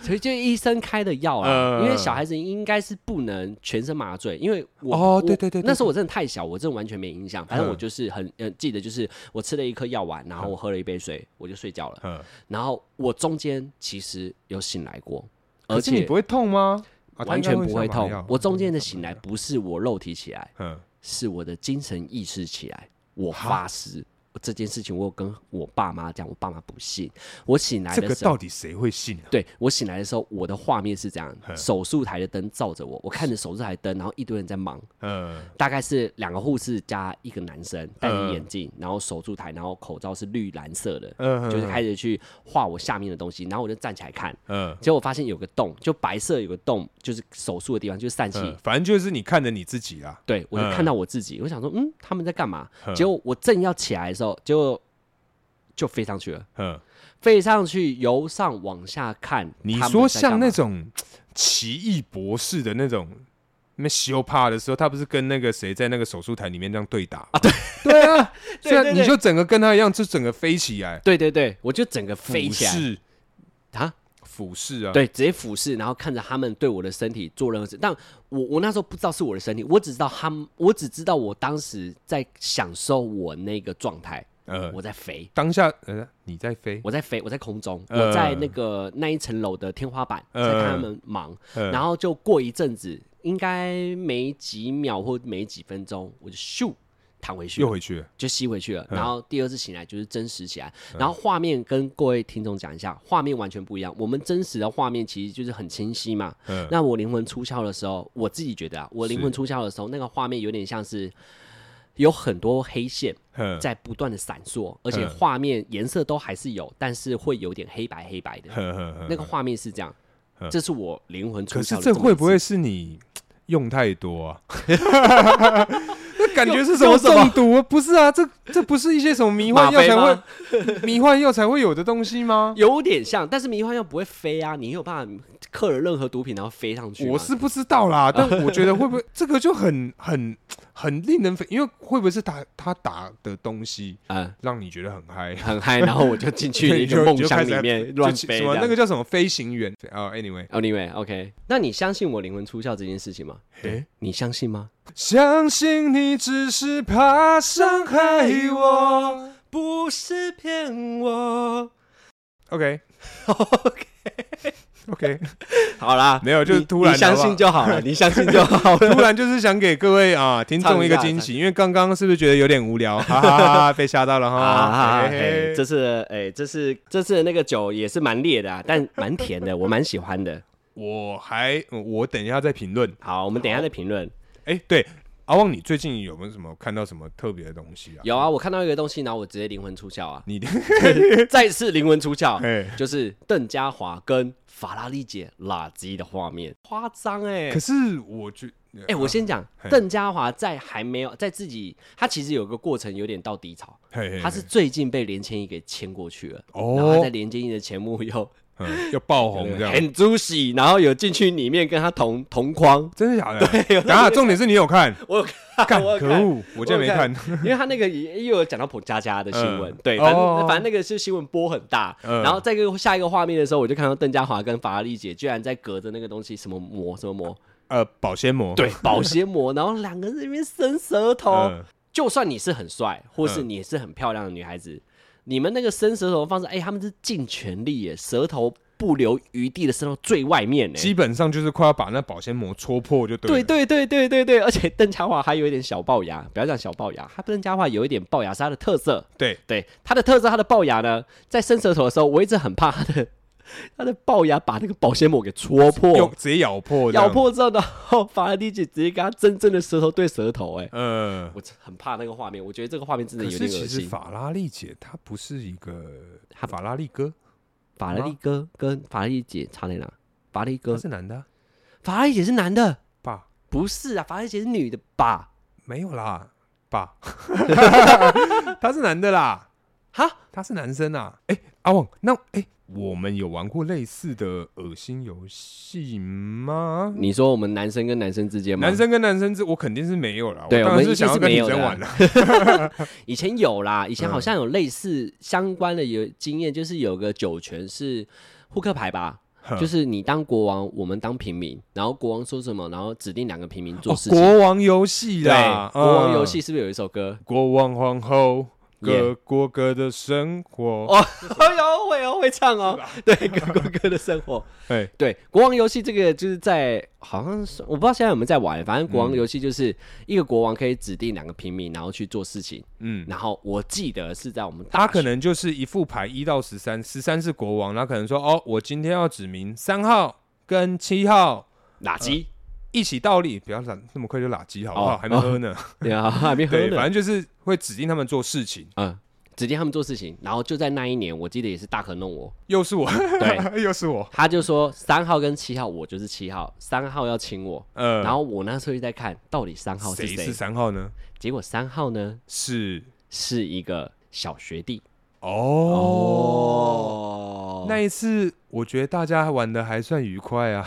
所以就医生开的药啊，
嗯
因为小孩子应该是不能全身麻醉，因为我
哦
我
对对对对
那时候我真的太小，我真的完全没印象，反正我就是很呃记得就是我吃了一颗药丸，然后我喝了一杯水，我就睡觉了，
嗯，
然后我中间其实有醒来过，而
可是你
且
不会痛吗？啊
完全不会痛，我中间的，
他应
醒来不是我肉体起来，
该会想麻药嗯，
是我的精神意识起来，我
哈
发誓。这件事情我有跟我爸妈讲，我爸妈不信。我醒来
这
的
个
时候
到，底谁会信啊？
对我醒来的时候，我的画面是这样：手术台的灯照着我，我看着手术台灯，然后一堆人在忙，
嗯，
大概是两个护士加一个男生，戴着
嗯
眼镜，然后手术台，然后口罩是绿蓝色的，
嗯
就是开始去画我下面的东西，然后我就站起来看，
嗯
结果我发现有个洞，就白色有个洞，就是手术的地方，就是疝气。
嗯，反正就是你看着你自己啦，
对，我就
嗯
看到我自己，我想说，嗯，他们在干嘛？
嗯
结果我正要起来的时候，结果就飞上去了，
嗯，
飞上去，由上往下看。
你
他们
说
在干
像那
嘛
种奇异博士的那种。那修帕的时候，他不是跟那个谁在那个手术台里面这样对打啊？对对啊，
对
虽
对
然
对
你就整个跟他一样，就整个飞起来，
对对对，我就整个
俯
飞起来
视
啊！
俯视啊，
对，直接俯视，然后看着他们对我的身体做任何事。但我我那时候不知道是我的身体，我只知道他们，我只知道我当时在享受我那个状态，
呃，
我在飞，
当下呃你在飞，
我在飞，我在空中，
呃
我在那个那一层楼的天花板，
呃
在看他们忙。
呃
然后就过一阵子，应该没几秒或没几分钟，我就咻弹回去
又
了，
回去了，
就吸回去
嗯
了。然后第二次醒来就是真实起来，然后画面跟各位听众讲一下，画面完全不一样。我们真实的画面其实就是很清晰嘛。
嗯
那我灵魂出窍的时候，我自己觉得啊，我灵
是
魂出窍的时候，那个画面有点像是有很多黑线。
嗯
在不断的闪烁，而且
嗯
画面颜色都还是有，但是会有点黑白黑白的，
呵呵呵
那个画面是这样。这是我灵魂出窍
嗯可
的
是
么一次。
这会不会是你用太多 啊？那感觉是什
用
么
什么
中毒啊？不是啊，这这不是一些什么迷
吗
幻药
啡
才
吗
会 迷幻药才会有的东西吗？
有点像，但是迷幻药不会飞啊，你有办法刻了任何毒品然后飞上去吗？
我是不知 道啦，但我觉得会不 会这个就很很很令人匪，因为会不会是他他打的东西
啊、
让你觉得很 嗨？
很嗨，然后我就进去一
你 就
个梦
你就
乡
开始
里面乱
就
飞
什
这
么
样。
那个叫什么飞行员啊、a n y w a y
anyway OK，那你相信我灵魂出窍这件事情吗？
诶
你相信吗？
相信你只是怕伤害我。
不是骗我。
OK
OK，
OK，
好啦，
没有就是
你
突然
你
的
相
好不好
信就 好了，你相信就好了。
突然就是想给各位啊听众一个惊喜，因为刚刚是不是觉得有点 无聊？哈哈哈哈，被吓到了哈。
啊，
嘿
哎
嘿，
这次哎，这次这次的那个酒也是蛮烈的啊，但 蛮甜的，我蛮喜欢的。
我还嗯我等一下再评论。
好，我们等一下再评论。
哎，对，阿旺，你最近有没有什么看到什么特别的东西啊？
有啊，我看到一个东西，然后我直接灵魂出窍啊，
你
再次灵魂出窍，
哎，
就是邓家华跟法拉利姐拉基的画面，夸张哎、
可是我觉
哎、我先讲，
嘿
邓家华在还没有在自己，他其实有个过程有点到低潮，
啊嘿嘿
他是最近被连千亿给签过去了，然后他
哦
在，连千亿的节目有
嗯要爆红这样，
很出息，然后有进去里面跟他同同框，
真的假的？对，然后重点是你有看，
我有
干
看，我有
可
看。
恶，我竟然没看。
因为他那个也又有讲到彭佳佳的新闻，
嗯
对，反正、
哦
反正那个是新闻播很大，
嗯
然后在这个下一个画面的时候，我就看到邓家华跟法拉利姐居然在隔着那个东西什么膜什么膜，
呃，保鲜膜，
对，哦保鲜膜，然后两个人在那边伸舌头。
嗯，
就算你是很帅，或是
嗯
你是很漂亮的女孩子，你们那个伸舌头的方式，哎、他们是尽全力耶，舌头不留余地的伸到最外面呢。
基本上就是快要把那保鲜膜戳破就对
对
了。
对对对对对，而且邓家华还有一点小龅牙，不要讲小龅牙，他邓家华有一点龅牙是他的特色。
对，
对，他的特色，他的龅牙呢，在伸舌头的时候，我一直很怕他的 他的龅牙把那个保鲜膜给戳
用
破，
直接咬破，
咬。破之后，然后法拉第姐直接跟他真正的舌头对舌头、哎，
呃，
我真很怕那个画面，我觉得这个画面真的
可
有
是
点
其
恶
实
心。
法拉利姐她不是一个法拉利哥，
法拉利哥跟法拉利姐差在哪？法拉利
他
哥，
是男的啊
法拉利姐是男的，
爸
不是啊，法拉利姐是女的吧？
没有啦，爸， 他是男的啦，
哈，
他是男生啊。哎，阿旺，那哎，我们有玩过类似的恶心游戏吗？
你说我们男生跟男生之间吗？
男生跟男生之，我肯定是没有了。
对
我当
我
然
们
是想要跟
一
女
定是
生
没有的啊
玩的。
以前有啦，以前好像有类似相关的有经验，就是有个酒泉是扑克牌吧。就是你当国王，我们当平民，然后国王说什么，然后指定两个平民做
哦
事情。
国王游戏
对，
啦，
国王
嗯
游戏，是不是有一首歌？
国王皇后各
Yeah
过各的生活。
哦， 哎呦，会哦，会唱哦，对， 各过各的生活。
哎，
对，国王游戏这个就是在好像是我不知道现在有没有在玩，反正国王游戏就是一个国王可以指定两个平民，然后去做事情。
嗯，
然后我记得是在我们
他
大
可
学，
能就是一副牌一到十三，十三是国王，他可能说哦，我今天要指明三号跟七号
垃圾
一起倒立，不要懒那么快就垃圾好不好？
哦
还没喝呢。
对啊，还没喝
对，
呢，
反正就是会指定他们做事情，
嗯，指定他们做事情。然后就在那一年，我记得也是大可弄我，
又是我，
嗯对，
又是我，
他就说三号跟七号，我就是七号，三号要亲我。
呃，
然后我那时候就在看到底三号是
谁
谁，
是三号呢？
结果三号呢
是
是一个小学弟
哦。
哦
那一次，我觉得大家玩的还算愉 快啊。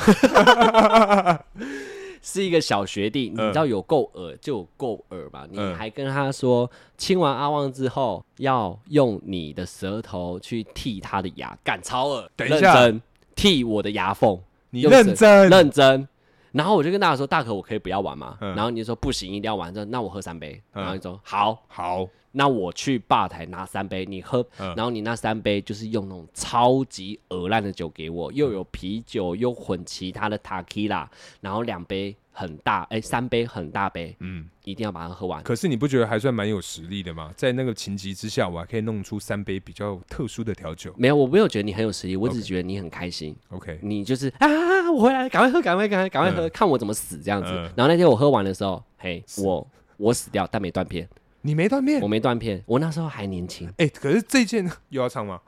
是一个小学弟，你知道有够耳就有够耳吧？你
嗯
还跟他说，亲完阿旺之后要用你的舌头去剃他的牙，干超耳，
等一下
认真剃我的牙缝，
你
用舌
认真，
认真。然后我就跟大家说，大可我可以不要玩嘛，
嗯
然后你就说不行，一定要玩。就那我喝三杯，
嗯
然后你说好，
好，
那我去吧台拿三杯，你喝，
嗯
然后你那三杯就是用那种超级鹅烂的酒给我，又有啤酒，又混其他的塔 q 啦，然后两杯很大，哎，三杯很大杯，
嗯。
一定要把它喝完。
可是你不觉得还算蛮有实力的吗？在那个情急之下，我还可以弄出三杯比较特殊的调酒。
没有，我没有觉得你很有实力，我只觉得你很开心。
OK，
你就是啊，我回来了，赶快喝，赶快，赶快，赶快喝，看我怎么死这样子。
嗯
然后那天我喝完的时候，嘿，我我死掉，但没断片，
你没断 片
我。没断片，我那时候还年 轻。
哎、可是这件又要唱吗？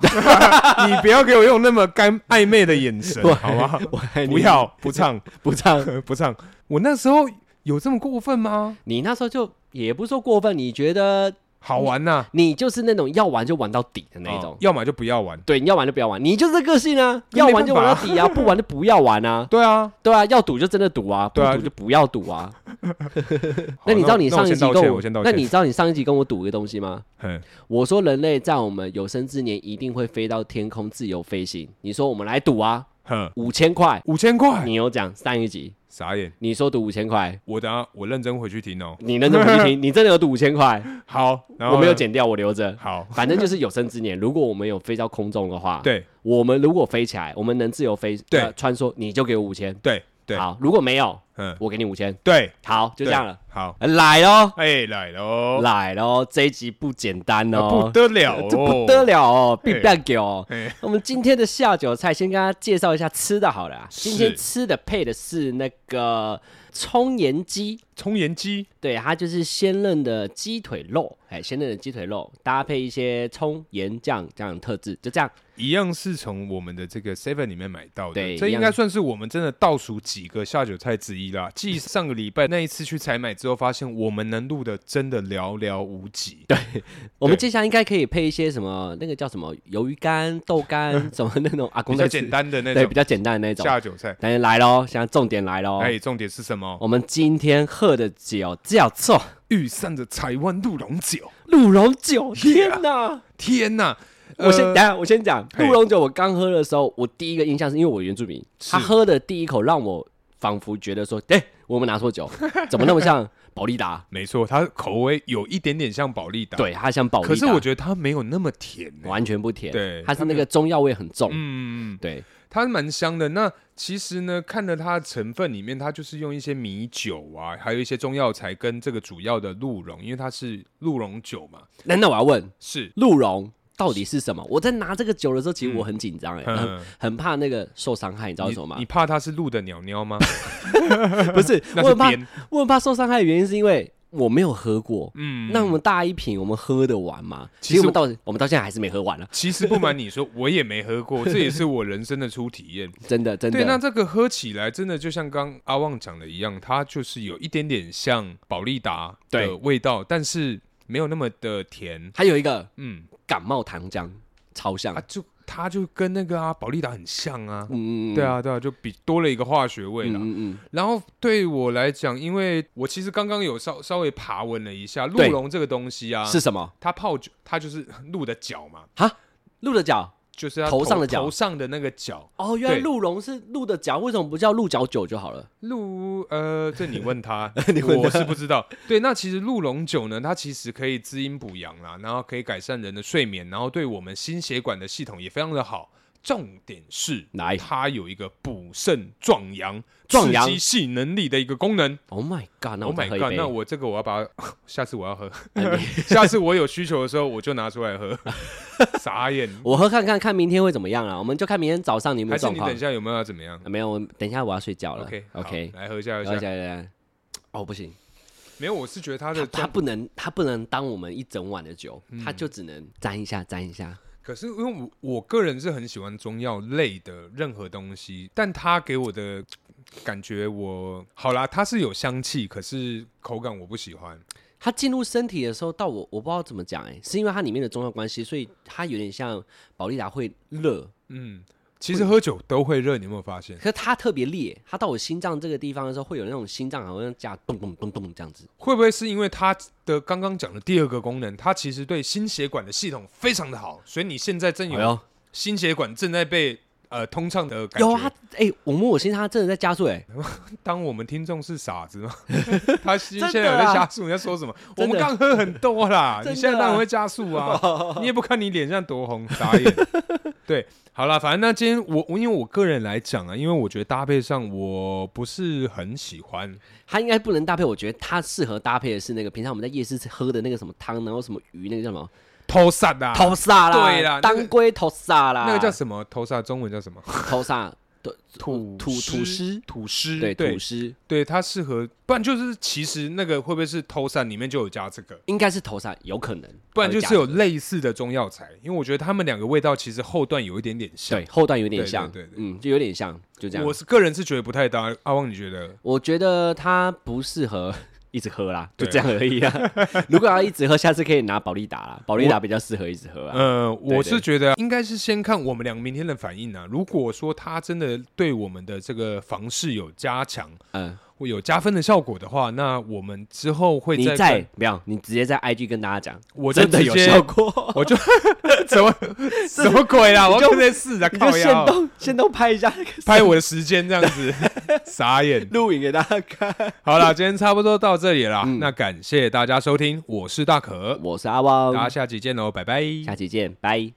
你不要给我用那么干暧昧的眼神，好吗？
我还年
不要，不唱，
不唱，
不唱。我那时候有这么过分吗？
你那时候就也不是说过分，你觉得
好玩呐、
你就是那种要玩就玩到底的那种。
哦要么就不要玩。
对，你要玩就不要玩，你就是这个性啊，
那
要
没
玩就
办
玩
法
到底啊，不玩就不要玩 啊，
对啊，
对啊，要赌就真的赌啊，不
对啊
赌就不要赌啊。
好
那你知道你上一集
那我
跟
那
我
我先道，
那
歉，我先道歉。
你知道你上一集跟我赌一个东西吗？
嗯，
我说人类在我们有生之年一定会飞到天空自由飞行，你说我们来赌啊，
哼，
五千块，
五千块，
你有讲上一集，
傻眼。
你说赌五千块，
我等下我认真回去听哦。
你认真回去 听，你真的有赌五千块，
好，然后
我没有
呢。
剪掉，我留着。
好，
反正就是有生之年，如果我们有飞到空中的话，，
对
我们如果飞起来，我们能自由飞，
对
呃穿梭，你就给我五千。
对对，
好，如果没有，
嗯，
我给你五千。
对，
好，就这样了，
对。好，
呃来喽，
哎，来喽，
来喽，这一集不简单
啊不
哦，
得了哎哦，
这不得了哦，必
嘿
半给哦
嘿。
我们今天的下酒菜，先跟大家介绍一下吃的好了啊。今天
是
吃的配的是那个葱盐鸡，
葱盐鸡，
对，它就是鲜嫩的鸡腿肉，哎，鲜嫩的鸡腿肉搭配一些葱盐酱这样的特质，就这样。
一样是从我们的这个 Seven 里面买到的，
对
这
一样
应该算是我们真的倒数几个下酒菜之 一啦。继上个礼拜那一次去采买之后，发现我们能录的真的寥寥无几。对，
我们
对
接下来应该可以配一些什么那个叫什么鱿鱼干、豆 干什么那种阿
比
公
较
在
简
吃，
单的那
对，
种
比较哦简单的那种。
下酒菜。
但是来喽，现在重点来喽。
哎，重点是什么？
我们今天喝的酒叫做
御膳的台湾鹿茸酒。
鹿茸酒，
Yeah
天哪！
天哪！
我先
呃
等一下，我先讲
嘿
鹿茸酒。我刚喝的时候，我第一个印象是因为我原住民，
是
他喝的第一口让我仿佛觉得说，哎，我们拿错 酒，怎么那么像保利达？
没错，它口味有一点点像保利达，，
对，它像保利达，
可是我觉得它没有那么甜、欸，
完全不甜，
对
它是那个中药味很重，
嗯，
对，
它蛮香的。那其实呢，看了它的成分里面，它就是用一些米酒啊，还有一些中药材跟这个主要的鹿茸，因为它是鹿茸酒嘛，
那那我要问，
是，
鹿茸到底是什么？我在拿这个酒的时候，其实我很紧张哎，
嗯
很很怕那个受伤害，你知道为什么
你
吗
你？怕它是鹿的鸟鸟吗？
不是，
那
我
是
很怕
边，
我很怕受伤害的原因是因为我没有喝过。
嗯，
那么大一瓶，我们喝得完吗？其
其
实
实
我们到我们到现在还是没喝完呢，啊
其实不瞒你说，我也没喝 过，这也是我人生的初体验。
真的真
对，那
的。
这个喝起来真的就像刚阿旺讲的一样，它就是有一点点像保利达
对
的味道，但是没有那么的甜。
还有一个
嗯，
感冒糖浆，超像
啊，，就它就跟那个啊保利达很像啊。
嗯嗯嗯，
对啊，对啊，就比多了一个化学味
嗯，
啦。
嗯嗯
然后对我来讲，因为我其实刚刚有稍稍微爬文了一下鹿
对
茸这个东西啊，
嗯，是什么？
它泡酒，它就是 鹿的角嘛，
鹿的角？
就是它
头上的角
头上的那个角。
哦，原来
对
鹿茸是鹿的角，为什么不叫鹿角酒就好了？
鹿呃，这你问他，
你问
我是不知道。对，那其实鹿茸酒呢，它其实可以滋阴补阳啦，然后可以改善人的睡眠，然后对我们心血管的系统也非常的好。重点是
来
它有一个补肾壮阳、
壮阳
刺激性能力的一个功能。
，Oh my god！那我
Oh
再
my
喝一
god！
杯。
那我这个我要把它， 下次我要喝，
哎你
下次我有需求的时候我就拿出 来喝。傻眼，
我喝看看看明天会怎么样啊？我们就看明天早上你有没
还
有
是
状
你
况
等一。下有没有要怎么样
啊没有，我等一下我要睡觉了。
？OK
OK，
好来喝一下，喝
然后
一下。
下来，哦不行，
没有，我是觉得它
它
的
它不能它不能当我们一整晚的酒，
嗯
它就只能沾一下沾一下。
可是因为我我个人是很喜欢中药类的任何东西，但它给我的感觉我，好啦，它是有香气，可是口感我不喜欢。
它进入身体的时候，到我我不知道怎么讲哎、是因为它里面的中药关系，所以它有点像保利达会热，
嗯，其实喝酒都会热，你有没有发现
可？是它特别烈，它到我心脏这个地方的时候，会有那种心脏好像加咚咚咚咚这样子。
会不会是因为它的刚刚讲的第二个功能，它其实对心血管的系统非常的好，所以你现在正有
哎呦，
心血管正在被呃通畅的感觉。
有啊，它哎、我摸我心脏，它真的在加速哎、
当我们听众是傻 子吗？他
真
现
的啊
现在有在加速，你在说什么？我
真的啊
们刚喝很多啦，
真的啊
你现在当然会加 速啊！你也不看你脸上多红，傻眼。 对，好啦，反正那今天我我因为我个人来讲啊，因为我觉得搭配上我不是很喜欢，
它应该不能搭配，我觉得它适合搭配的是那个平常我们在夜市吃喝的那个什么汤，然后什么鱼，那个叫什么
偷杀的啊，
头萨啦，
对啦那个
当归头萨啦，
那个叫什么？偷杀中文叫什么？
头萨的
呃
土
土
土
司
司，
土司，
对
对
土司，
对，它适合，不然就是其实那个会不会是偷杀里面就有加这个？
应该是头萨，有可能，
不然就是
它
有
哦会加
类似的中药材，因为我觉得他们两个味道其实后段有一点点像。
对后段有点像，
对对对
嗯，就有点像，就这样
我。是个人是觉得不太搭。阿旺，你觉得？
我觉得它不适合一直喝啦，就
对
这样而已 啊。如果要一直喝，下次可以拿保利达啦，保利达比较适合一直喝啊。
呃，
对
我是觉得应该是先看我们两个明天的反应啊。如果说它真的对我们的这个房市有加强，
嗯，
会有加分的效果的话，那我们之后会
你
再
在
看，
不要，你直接在 IG 跟大家讲，
我就
真的
直
有
接
效果。
我就什么什么鬼啦？
你
我
就
要在试啊，
你
靠
就先
腰
动先动拍一下那个
拍我的时间这样 子，傻眼。
录影给大家看。
好啦，今天差不多到这里啦。
嗯
那感谢大家收听，我是大可，
我是阿
大家
汪，
下集见喽，拜拜。
下期见，拜。